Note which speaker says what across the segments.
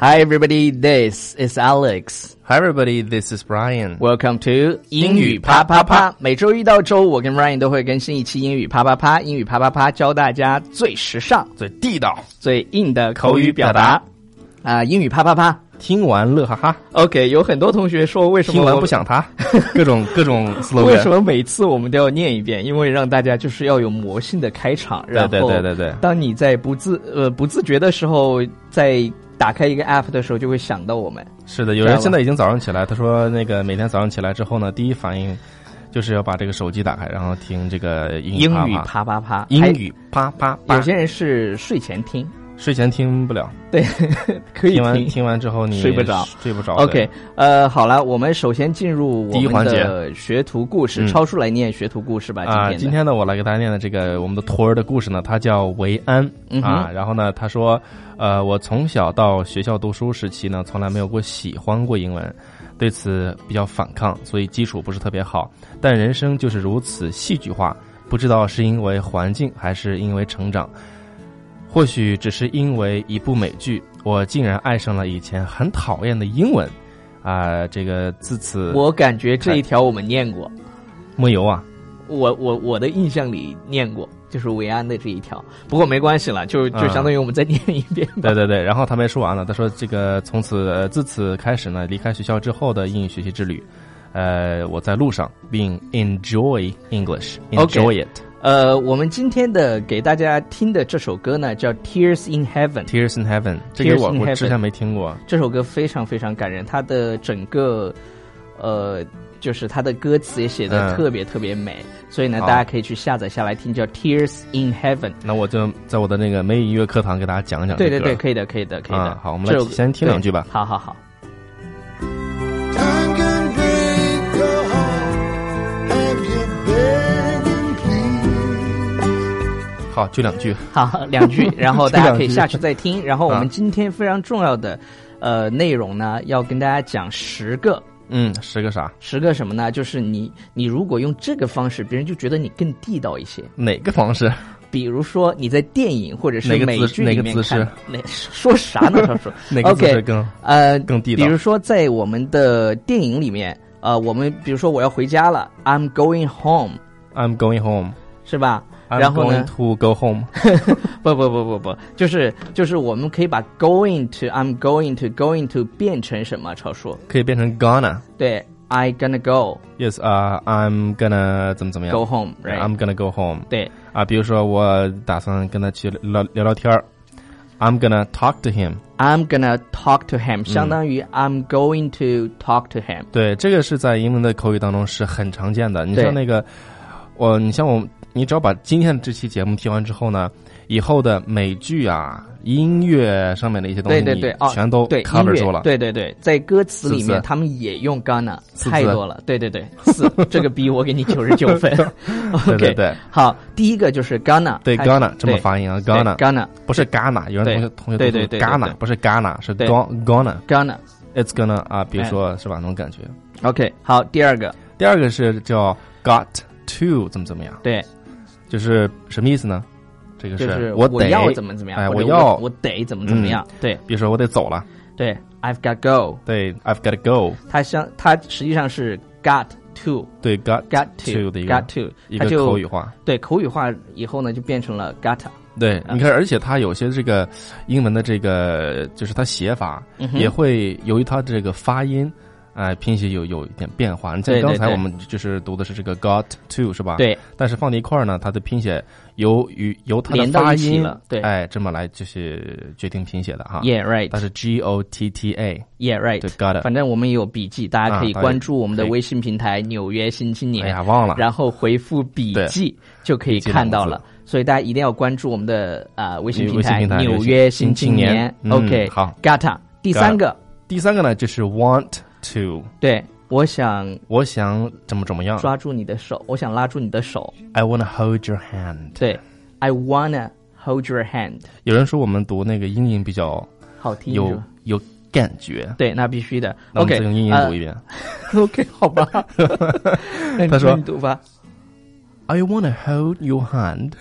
Speaker 1: Hi everybody, this is Alex.
Speaker 2: Hi everybody, this is Brian.
Speaker 1: Welcome to 英语啪啪啪。每周一到周五，我跟 Brian 都会更新一期英语啪啪啪。英语啪啪啪教大家最时尚、
Speaker 2: 最地道，
Speaker 1: 最硬的口语表达啊、英语啪啪啪。
Speaker 2: 听完乐哈哈，
Speaker 1: OK，有很多同学说为什么
Speaker 2: 听完
Speaker 1: 我
Speaker 2: 不想他，各 种各种
Speaker 1: 为
Speaker 2: slogan。
Speaker 1: 什么每次我们都要念一遍？因为让大家就是要有魔性的开场，然后
Speaker 2: 对对对对对
Speaker 1: 当你在不自呃不自觉的时候，在打开一个 app 的时候，就会想到我们。
Speaker 2: 是的，有人现在已经早上起来，他说那个每天早上起来之后呢，第一反应就是要把这个手机打开，然后听这个英
Speaker 1: 英
Speaker 2: 语
Speaker 1: 语
Speaker 2: 啪啪。
Speaker 1: 啪啪啪，
Speaker 2: 英语啪啪
Speaker 1: 还。有
Speaker 2: 啪，
Speaker 1: 些人是睡前听，
Speaker 2: 睡前听不了，
Speaker 1: 对，可以
Speaker 2: 听完
Speaker 1: 听。
Speaker 2: 听完之后你
Speaker 1: 睡不着，
Speaker 2: 睡不着。
Speaker 1: OK，呃，好了，我们首先进入我
Speaker 2: 第一
Speaker 1: 们
Speaker 2: 环节
Speaker 1: 的学徒故事，
Speaker 2: 嗯
Speaker 1: 超叔来念学徒故事吧。
Speaker 2: 啊，今
Speaker 1: 今天
Speaker 2: 天呢，我来给大家念的这个我们的托儿的故事呢，它叫维安
Speaker 1: 嗯哼
Speaker 2: 啊。然后呢，他说，呃，我从小到学校读书时期呢，从来没有过喜欢过英文，对此比较反抗，所以基础不是特别好。但人生就是如此戏剧化，不知道是因为环境还是因为成长，或许只是因为一部美剧，我竟然爱上了以前很讨厌的英文。啊，这个自此
Speaker 1: 的，我感觉这一条我们念过，
Speaker 2: 没有啊，
Speaker 1: 我我我的印象里念过，就是维安的这一条。不过没关系了，就就
Speaker 2: 嗯
Speaker 1: 相当于我们再念一遍吧。
Speaker 2: 对对对，然后他没说完呢，他说这个从此、呃自此开始呢，离开学校之后的英语学习之旅，呃，我在路上并 enjoy English，enjoy it，Tears
Speaker 1: 呃，我们今天的给大家听的这首歌呢，叫《Tears in Heaven》。
Speaker 2: in Heaven，这个
Speaker 1: Tears
Speaker 2: 我
Speaker 1: in
Speaker 2: 我
Speaker 1: Heaven
Speaker 2: 之前没听过，
Speaker 1: 这首歌非常非常感人，它的整个，呃，就是它的歌词也写的
Speaker 2: 嗯
Speaker 1: 特别特别美，所以呢，
Speaker 2: 好
Speaker 1: 大家可以去下载下来听，叫《Tears in Heaven》。
Speaker 2: 那我就在我的那个美语音乐课堂给大家讲讲
Speaker 1: 对
Speaker 2: 这个。
Speaker 1: 对对，可以的，可以的，可以的。
Speaker 2: 啊好我们来
Speaker 1: 这首歌
Speaker 2: 先听两句吧
Speaker 1: 对好好好。
Speaker 3: Time can break a heart. Have you begged and pleaded?
Speaker 2: 好，就两句。
Speaker 1: 好，两句，然后大家可
Speaker 2: 这
Speaker 1: 以
Speaker 2: 两句
Speaker 1: 下去再听。然后我们
Speaker 2: 啊
Speaker 1: 今天非常重要的，呃，内容呢，要跟大家讲十个，
Speaker 2: 嗯，十个啥？
Speaker 1: 十个什么呢？就是你，你如果用这个方式，别人就觉得你更地道一些。
Speaker 2: 哪个方式？
Speaker 1: 比如说你在电影或者是
Speaker 2: 哪个
Speaker 1: 美
Speaker 2: 姿
Speaker 1: 剧
Speaker 2: 哪
Speaker 1: 里
Speaker 2: 个
Speaker 1: 面
Speaker 2: 姿
Speaker 1: 看
Speaker 2: 势
Speaker 1: 到，哪说啥呢？他说
Speaker 2: 哪个姿势
Speaker 1: OK，
Speaker 2: 更
Speaker 1: 呃，
Speaker 2: 更地
Speaker 1: 比
Speaker 2: 道
Speaker 1: 如说在我们的电影里面，呃，我们比如说我要回家了，I'm going home，
Speaker 2: ？I'm going home。
Speaker 1: 是吧？然
Speaker 2: I'm
Speaker 1: 后
Speaker 2: going
Speaker 1: 呢？
Speaker 2: to go home。
Speaker 1: 不不不不不，就是就是我们可以把 going to，I'm going to，going to 变成什么？超叔，
Speaker 2: 可以变成 gonna。
Speaker 1: 对，I gonna go
Speaker 2: Yes，啊、i m gonna 怎么怎么样
Speaker 1: go home，
Speaker 2: Yeah,
Speaker 1: right？
Speaker 2: I'm gonna go home。
Speaker 1: 对
Speaker 2: 啊，比如说我打算跟他去聊聊聊天儿，I'm gonna talk to him。
Speaker 1: ，I'm gonna talk to him，相当于 I'm going to talk to him。
Speaker 2: 对，这个是在英文的口语当中是很常见的。你
Speaker 1: 对
Speaker 2: 像那个，我，你像我，你只要把今天的这期节目听完之后呢，以后的美剧啊、音乐上面的一些东西，
Speaker 1: 对对对哦
Speaker 2: 你全都
Speaker 1: 对，音
Speaker 2: cover
Speaker 1: 乐
Speaker 2: 住了。
Speaker 1: 对对对，在歌词里
Speaker 2: 四
Speaker 1: 面
Speaker 2: 字
Speaker 1: 他们也用 gonna，
Speaker 2: 四字
Speaker 1: 太多了。对对对，四这个逼我给你九十九分。
Speaker 2: 对
Speaker 1: OK，
Speaker 2: 对对
Speaker 1: 好，第一个就是 gonna，
Speaker 2: 对
Speaker 1: 它
Speaker 2: gonna 这么
Speaker 1: 对
Speaker 2: 发音啊
Speaker 1: 对
Speaker 2: ，gonna
Speaker 1: gonna
Speaker 2: 不是 gonna，有人同学同学
Speaker 1: 对
Speaker 2: 都
Speaker 1: 对
Speaker 2: 说
Speaker 1: 对对
Speaker 2: gonna
Speaker 1: 对
Speaker 2: 不是 gonna 是
Speaker 1: 对哎
Speaker 2: gon- gonna，it's
Speaker 1: gonna。
Speaker 2: gonna 啊，比如说是吧，那种感觉。
Speaker 1: OK，好，第二个
Speaker 2: 第二个是叫 got to 怎么怎么样。
Speaker 1: 对，
Speaker 2: 就是什么意思呢？这个
Speaker 1: 就是
Speaker 2: 我
Speaker 1: 我
Speaker 2: 得，
Speaker 1: 要怎么怎么样，
Speaker 2: 哎
Speaker 1: 或者
Speaker 2: 我要嗯
Speaker 1: 我得怎么怎么样。对
Speaker 2: 比如说我得走了，
Speaker 1: 对，I've got go，
Speaker 2: 对，I've got to go，
Speaker 1: 它相它实际上是 got to。
Speaker 2: 对，got
Speaker 1: Got
Speaker 2: to 的一个
Speaker 1: got to，
Speaker 2: 一
Speaker 1: 它
Speaker 2: 个
Speaker 1: 就
Speaker 2: 口语化。
Speaker 1: 对口语化以后呢，就变成了 gotta。
Speaker 2: 对，
Speaker 1: 啊
Speaker 2: 你看，而且它有些这个英文的这个，就是它写法
Speaker 1: 嗯哼
Speaker 2: 也会由于它这个发音，哎，拼写有有一点变化。你像
Speaker 1: 对对
Speaker 2: 刚才
Speaker 1: 对
Speaker 2: 我们就是读的是这个 got to 是吧？。
Speaker 1: 对，
Speaker 2: 但是放在一块儿呢，它的拼写由于由它的
Speaker 1: 连到
Speaker 2: 发
Speaker 1: 一起
Speaker 2: 音
Speaker 1: 了对
Speaker 2: 哎，这么来就是决定拼写的哈。
Speaker 1: Yeah right，
Speaker 2: 它是 g o t t a，
Speaker 1: Yeah, right.
Speaker 2: 对，got it
Speaker 1: 反正我们也有笔记，大家可以
Speaker 2: 啊大家哎
Speaker 1: 关注我们的
Speaker 2: 可以
Speaker 1: 微信平台《纽约新青年
Speaker 2: 哎》呀，忘了。
Speaker 1: 然后回复“笔记”就可以看到了。所以大家一定要关注我们的啊、呃微信平台
Speaker 2: 嗯微信平
Speaker 1: 《
Speaker 2: 台
Speaker 1: 纽约新青
Speaker 2: 嗯
Speaker 1: OK，
Speaker 2: 好
Speaker 1: ，Gata。第三个，
Speaker 2: 第三个呢，就是 want to，
Speaker 1: 对我想
Speaker 2: 我想怎么怎么样
Speaker 1: 抓住你的手，我想拉住你的手。
Speaker 2: ，I wanna hold your hand。
Speaker 1: 对，I wanna hold your hand，
Speaker 2: 有人说我们读那个英音比较
Speaker 1: 好听是
Speaker 2: 有
Speaker 1: 吧？
Speaker 2: 有感觉，
Speaker 1: 对，那必须的。
Speaker 2: 那我
Speaker 1: OK，
Speaker 2: 们再用英音读一遍、
Speaker 1: 呃 OK，好吧。 那你
Speaker 2: 他说
Speaker 1: 那你读吧。呃
Speaker 2: i wanna hold your hand。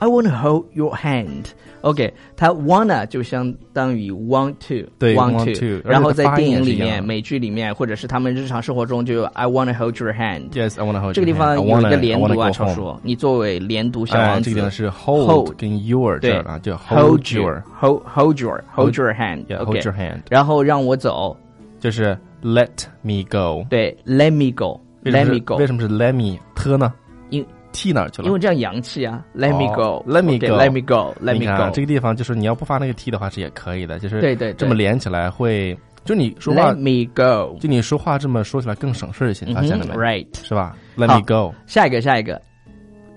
Speaker 1: I want to hold your hand。OK，它 wanna 就相当于 want to，
Speaker 2: 对
Speaker 1: want
Speaker 2: want
Speaker 1: to，
Speaker 2: to，
Speaker 1: 然后
Speaker 2: 而且
Speaker 1: 在
Speaker 2: 它发音也
Speaker 1: 电影
Speaker 2: 是
Speaker 1: 里
Speaker 2: 一样
Speaker 1: 面、
Speaker 2: 的
Speaker 1: 美剧里面，或者是他们日常生活中就有 I want to hold your hand。
Speaker 2: Yes, I want to hold.
Speaker 1: 这个地
Speaker 2: your hand. I
Speaker 1: 方有一
Speaker 2: wanna-
Speaker 1: 个连
Speaker 2: I wanna
Speaker 1: 读啊，
Speaker 2: go
Speaker 1: 超
Speaker 2: home
Speaker 1: 叔，你作为连读小
Speaker 2: 哎，
Speaker 1: 王
Speaker 2: 这个地方
Speaker 1: 子。
Speaker 2: 是
Speaker 1: hold
Speaker 2: hold 跟 your 这
Speaker 1: 对
Speaker 2: 儿啊，就
Speaker 1: Hold
Speaker 2: your
Speaker 1: hold hold your hold
Speaker 2: Hold-
Speaker 1: your hand，
Speaker 2: yeah,
Speaker 1: OK
Speaker 2: hold your hand
Speaker 1: 然后让我走，
Speaker 2: 就是 let me go。
Speaker 1: 对，let me go，let
Speaker 2: 为什么是为什么
Speaker 1: me go，
Speaker 2: 是 let me 特呢？
Speaker 1: 因
Speaker 2: t 哪儿去了？
Speaker 1: 因为这样洋气啊，let me
Speaker 2: 哦，let me
Speaker 1: go，let me go，let
Speaker 2: 你
Speaker 1: me
Speaker 2: 看啊
Speaker 1: go，
Speaker 2: 这个地方就是你要不发那个 t 的话是也可以的，就是
Speaker 1: 对对对
Speaker 2: 这么连起来会，就你说话啊
Speaker 1: let me go，
Speaker 2: 就你说话这么说起来更省事儿一些，你
Speaker 1: 嗯
Speaker 2: 发现
Speaker 1: 哼
Speaker 2: 了没？
Speaker 1: ，right，
Speaker 2: 是吧？Let
Speaker 1: 好
Speaker 2: me go，
Speaker 1: 下一个下一个，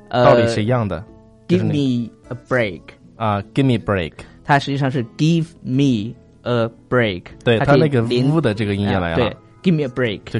Speaker 1: 呃
Speaker 2: 道理是一样的。就
Speaker 1: ，give
Speaker 2: 是你
Speaker 1: me a break，
Speaker 2: 啊，give me break，
Speaker 1: 它实际上是 give me a break，
Speaker 2: 对
Speaker 1: 它
Speaker 2: 它
Speaker 1: 可以
Speaker 2: 那个
Speaker 1: 连
Speaker 2: v 的这个音也来
Speaker 1: 啊
Speaker 2: 了
Speaker 1: 对，，give me a break，give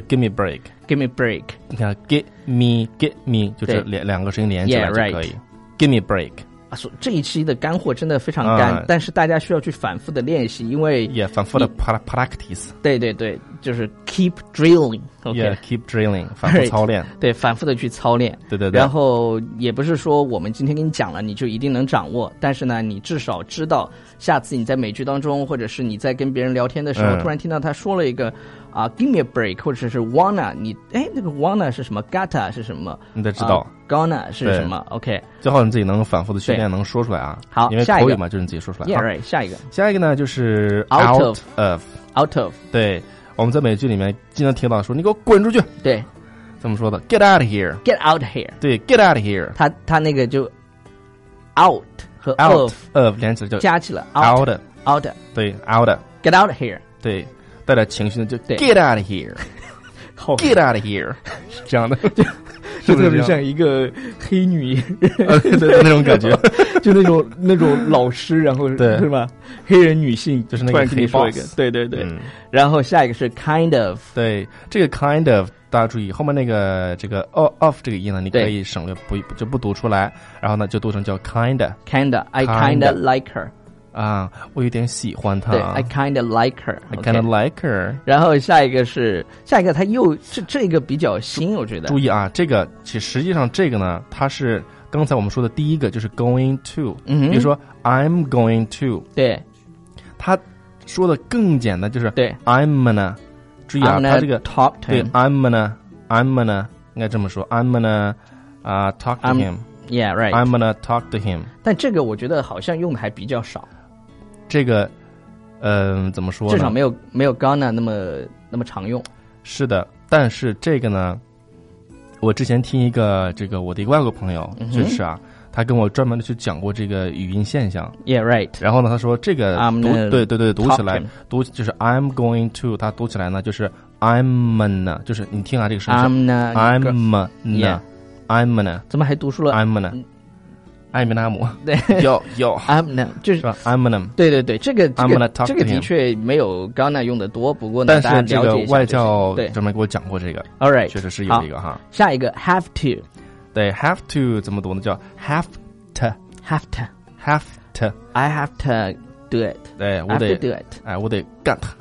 Speaker 2: 就 give me break。
Speaker 1: me a break，
Speaker 2: 你看 give me give me 就
Speaker 1: 对
Speaker 2: 这两两个声音连起来
Speaker 1: Yeah,
Speaker 2: 就可以。give me break
Speaker 1: 啊，所这一期的干货真的非常干，
Speaker 2: 啊
Speaker 1: 但是大家需要去反复的练习，因为
Speaker 2: 也反复的
Speaker 1: 你
Speaker 2: pra- practice，
Speaker 1: 对对对，就是 keep drilling，OK，、
Speaker 2: 也 keep drilling，反复
Speaker 1: Right
Speaker 2: 操练。
Speaker 1: 对，反复的去操练。
Speaker 2: 对对对。
Speaker 1: 然后也不是说我们今天跟你讲了，你就一定能掌握，但是呢，你至少知道，下次你在美剧当中，或者是你在跟别人聊天的时候，
Speaker 2: 嗯
Speaker 1: 突然听到他说了一个啊，give me a break，或者是 wanna，你哎，那个 wanna 是什么？gotta 是什么？
Speaker 2: 你得知道
Speaker 1: 啊、gonna 是
Speaker 2: 对
Speaker 1: 什么？OK，
Speaker 2: 最好你自己能反复的训练，能说出来啊。
Speaker 1: 好
Speaker 2: 因为
Speaker 1: 下一
Speaker 2: 口
Speaker 1: 个
Speaker 2: 语嘛，就是你自己说出来。
Speaker 1: yeah
Speaker 2: 好
Speaker 1: right，下一个
Speaker 2: 下一个呢就是
Speaker 1: Out
Speaker 2: out
Speaker 1: of
Speaker 2: of，
Speaker 1: out of，
Speaker 2: 对，我们在美剧里面经常听到说你给我滚出去，
Speaker 1: 对
Speaker 2: 怎么说的？Get out of here，
Speaker 1: ，get out here，
Speaker 2: 对，Get out of here，
Speaker 1: 他他那个就 out 和
Speaker 2: out
Speaker 1: of
Speaker 2: of 连起来就
Speaker 1: 加起来 out
Speaker 2: out，
Speaker 1: out
Speaker 2: 对，out，
Speaker 1: get out here，
Speaker 2: 对，带点情绪的就
Speaker 1: 对
Speaker 2: Get out of here，Get
Speaker 1: 好
Speaker 2: out of here，是这样 的，是不
Speaker 1: 就特
Speaker 2: 是这
Speaker 1: 别
Speaker 2: 样？
Speaker 1: 像一个黑女，
Speaker 2: 呃对对那种感觉，
Speaker 1: 就那种那种老师，然后
Speaker 2: 对
Speaker 1: 是吧？黑人女性
Speaker 2: 就是那个
Speaker 1: 突然跟你
Speaker 2: 黑
Speaker 1: 说一个
Speaker 2: boss，
Speaker 1: 对对 对。
Speaker 2: 嗯
Speaker 1: 然后下一个是 kind of，
Speaker 2: 对，这个 kind of 大家注意后面那个这个 o- of 这个音呢，你
Speaker 1: 对
Speaker 2: 可以省略不就不读出来，然后呢就读成叫 kind of
Speaker 1: kind of I kind
Speaker 2: Kinda
Speaker 1: of like her，
Speaker 2: 啊，我有点喜欢他
Speaker 1: 对，I kind of like her，
Speaker 2: 啊，I
Speaker 1: OK
Speaker 2: kind of like her。
Speaker 1: 然后下一个是下一个，他又这这个比较新，我觉得
Speaker 2: 注意啊，这个其实际上这个呢，它是刚才我们说的第一个就是 going to，
Speaker 1: 嗯哼
Speaker 2: 比如说 I'm going to，
Speaker 1: 对
Speaker 2: 它说的更简单，就是
Speaker 1: 对
Speaker 2: I'm gonna。注意啊，
Speaker 1: I'm
Speaker 2: 它
Speaker 1: gonna
Speaker 2: 这个
Speaker 1: talk to
Speaker 2: 对
Speaker 1: him，
Speaker 2: I'm gonna I'm gonna 应该这么说，I'm gonna 啊、talk to
Speaker 1: I'm-
Speaker 2: him。
Speaker 1: yeah right，
Speaker 2: I'm gonna talk to him。
Speaker 1: 但这个我觉得好像用的还比较少，
Speaker 2: 这个，嗯、怎么说呢？
Speaker 1: 至少没有没有 gonna 那么那么常用。
Speaker 2: 是的，但是这个呢，我之前听一个这个我的一个外国朋友，
Speaker 1: 嗯哼
Speaker 2: 就是啊，他跟我专门的去讲过这个语音现象。
Speaker 1: Yeah right，
Speaker 2: 然后呢，他说这个
Speaker 1: 嗯 I'm
Speaker 2: 读
Speaker 1: gonna
Speaker 2: 对对对，读
Speaker 1: talk
Speaker 2: 起来
Speaker 1: him
Speaker 2: 读就是 I'm going to，它读起来呢就是 I'm gonna，就是你听啊这个声音
Speaker 1: I'm
Speaker 2: ，I'm
Speaker 1: gonna
Speaker 2: gonna，I'm
Speaker 1: Yeah
Speaker 2: gonna，I'm
Speaker 1: 怎么还读出了
Speaker 2: gonna，艾米纳 姆，
Speaker 1: 对
Speaker 2: 要要
Speaker 1: I'm gonna 就是
Speaker 2: 是吧？I'm gonna。
Speaker 1: 对对对，这个这
Speaker 2: I'm
Speaker 1: 个
Speaker 2: gonna talk
Speaker 1: 这个
Speaker 2: to
Speaker 1: 的
Speaker 2: him
Speaker 1: 确没有 Ghana 用的多，不过呢，
Speaker 2: 但
Speaker 1: 大家
Speaker 2: 是这
Speaker 1: 了
Speaker 2: 个
Speaker 1: 解一下
Speaker 2: 外
Speaker 1: 就行
Speaker 2: 教
Speaker 1: 对
Speaker 2: 专门给我讲过这个，
Speaker 1: ，All right，
Speaker 2: 确实是
Speaker 1: 好
Speaker 2: 有一个哈。
Speaker 1: 下一个 have to
Speaker 2: 对，have to 怎么读呢？叫 have to
Speaker 1: have to
Speaker 2: have to，
Speaker 1: I have to do it，
Speaker 2: 对
Speaker 1: I
Speaker 2: 我
Speaker 1: have
Speaker 2: 得
Speaker 1: to do it，
Speaker 2: 哎，我得干它，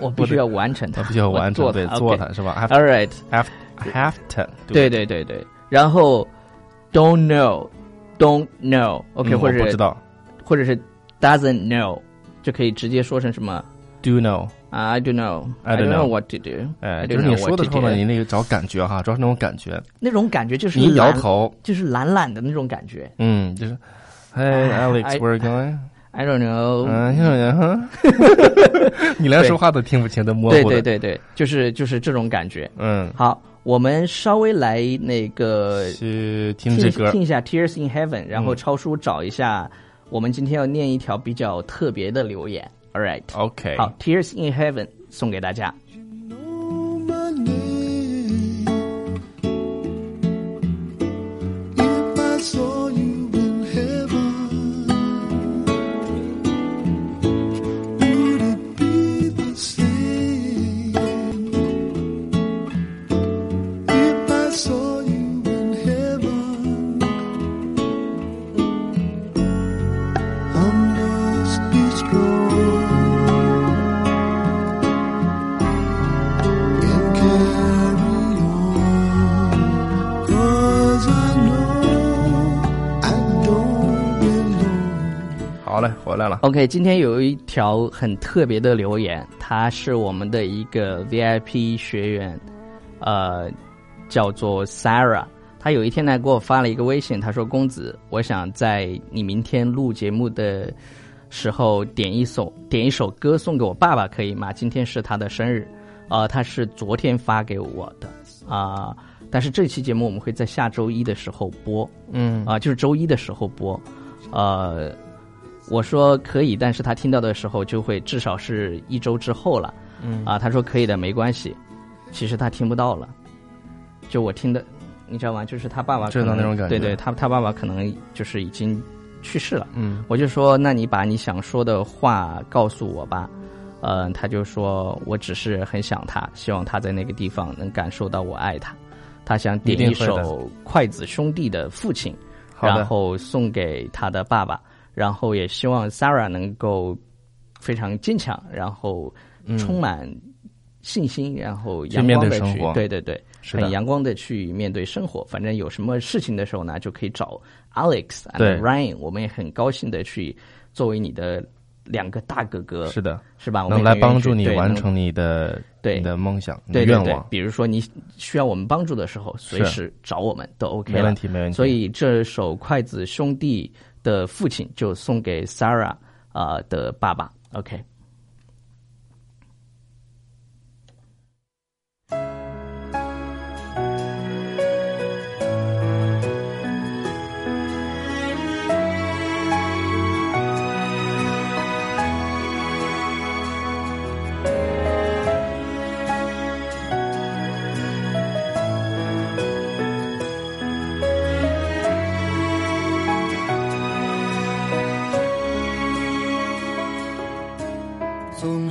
Speaker 1: 我必须要完成它
Speaker 2: 我，必须要完成，
Speaker 1: 我
Speaker 2: 对，
Speaker 1: 做
Speaker 2: 做
Speaker 1: 它。
Speaker 2: 它是吧
Speaker 1: OK All right，
Speaker 2: ？have have have to，
Speaker 1: 对对对对，然后 don't know，don't know，OK，
Speaker 2: 嗯
Speaker 1: 或
Speaker 2: 我不
Speaker 1: 者
Speaker 2: 知道
Speaker 1: 或者是 doesn't know，就可以直接说成什么
Speaker 2: do know，
Speaker 1: I don't know，I
Speaker 2: I don't
Speaker 1: don't know
Speaker 2: know
Speaker 1: what to do，
Speaker 2: 哎，
Speaker 1: I
Speaker 2: 就
Speaker 1: don't
Speaker 2: 是
Speaker 1: know
Speaker 2: 你说
Speaker 1: what
Speaker 2: 的
Speaker 1: to
Speaker 2: 时候呢，
Speaker 1: do
Speaker 2: 你那个找感觉哈，主要是那种感觉，
Speaker 1: 那种感觉就是
Speaker 2: 你一摇
Speaker 1: 懒，
Speaker 2: 头，
Speaker 1: 就是懒懒的那种感觉。
Speaker 2: 嗯，就是。Hey
Speaker 1: 哎 I-
Speaker 2: Alex，where are you going？
Speaker 1: I don't know，
Speaker 2: 嗯，谢谢哈 你连说话都听不清，都模
Speaker 1: 对
Speaker 2: 糊的。
Speaker 1: 对对对，就是就是这种感觉。
Speaker 2: 嗯，
Speaker 1: 好，我们稍微来那个
Speaker 2: 去听
Speaker 1: 听
Speaker 2: 这歌
Speaker 1: 听一下《Tears in Heaven》，然后
Speaker 2: 嗯
Speaker 1: 超叔找一下，我们今天要念一条比较特别的留言。All right，
Speaker 2: ，OK，
Speaker 1: 好，《Tears in Heaven》送给大家。
Speaker 3: know my name. If I saw you in heaven, would it be the same? If I saw you in heaven, I must be strong.
Speaker 2: 回来了。
Speaker 1: OK，今天有一条很特别的留言，他是我们的一个 VIP 学员，呃，叫做 Sarah。他有一天呢给我发了一个微信，他说：“公子，我想在你明天录节目的时候点一首点一首歌送给我爸爸，可以吗？今天是他的生日，呃，他是昨天发给我的啊、但是这期节目我们会在下周一的时候播，
Speaker 2: 嗯
Speaker 1: 啊、就是周一的时候播，呃，我说可以，但是他听到的时候就会至少是一周之后了，
Speaker 2: 嗯
Speaker 1: 啊、他说可以的，没关系，其实他听不到了，就我听的，你知道吗？就是他爸爸
Speaker 2: 知道
Speaker 1: 可能
Speaker 2: 那种感
Speaker 1: 对
Speaker 2: 觉
Speaker 1: 对，他他爸爸可能就是已经去世了，
Speaker 2: 嗯
Speaker 1: 我就说那你把你想说的话告诉我吧。嗯，他就说我只是很想他，希望他在那个地方能感受到我爱他。他想点一
Speaker 2: 一定会的
Speaker 1: 首筷子兄弟的《父亲》，
Speaker 2: 好
Speaker 1: 然
Speaker 2: 的，
Speaker 1: 后送给他的爸爸，然后也希望 Sarah 能够非常坚强，然后
Speaker 2: 嗯
Speaker 1: 充满信心，然后
Speaker 2: 去
Speaker 1: 阳
Speaker 2: 面
Speaker 1: 光
Speaker 2: 对
Speaker 1: 的
Speaker 2: 生
Speaker 1: 去，
Speaker 2: 活
Speaker 1: 对对对，
Speaker 2: 是
Speaker 1: 很
Speaker 2: 的，
Speaker 1: 阳光的去面对生活。反正有什么事情的时候呢，就可以找 Alex
Speaker 2: 对
Speaker 1: and Ryan，我们也很高兴的去作为你的两个大哥哥，
Speaker 2: 是的，
Speaker 1: 是吧？我们
Speaker 2: 能
Speaker 1: 也
Speaker 2: 来
Speaker 1: 很愿意
Speaker 2: 帮助
Speaker 1: 去
Speaker 2: 你
Speaker 1: 对
Speaker 2: 完
Speaker 1: 能
Speaker 2: 成你的
Speaker 1: 对
Speaker 2: 你的梦想、你的
Speaker 1: 对对
Speaker 2: 愿
Speaker 1: 对
Speaker 2: 望，，
Speaker 1: 比如说你需要我们帮助的时候，随时找我们都 OK
Speaker 2: 没
Speaker 1: 了
Speaker 2: 问。题，没问题。
Speaker 1: 所以这首《筷子兄弟的父亲》就送给 Sarah 啊、呃的爸爸。OK，
Speaker 4: 总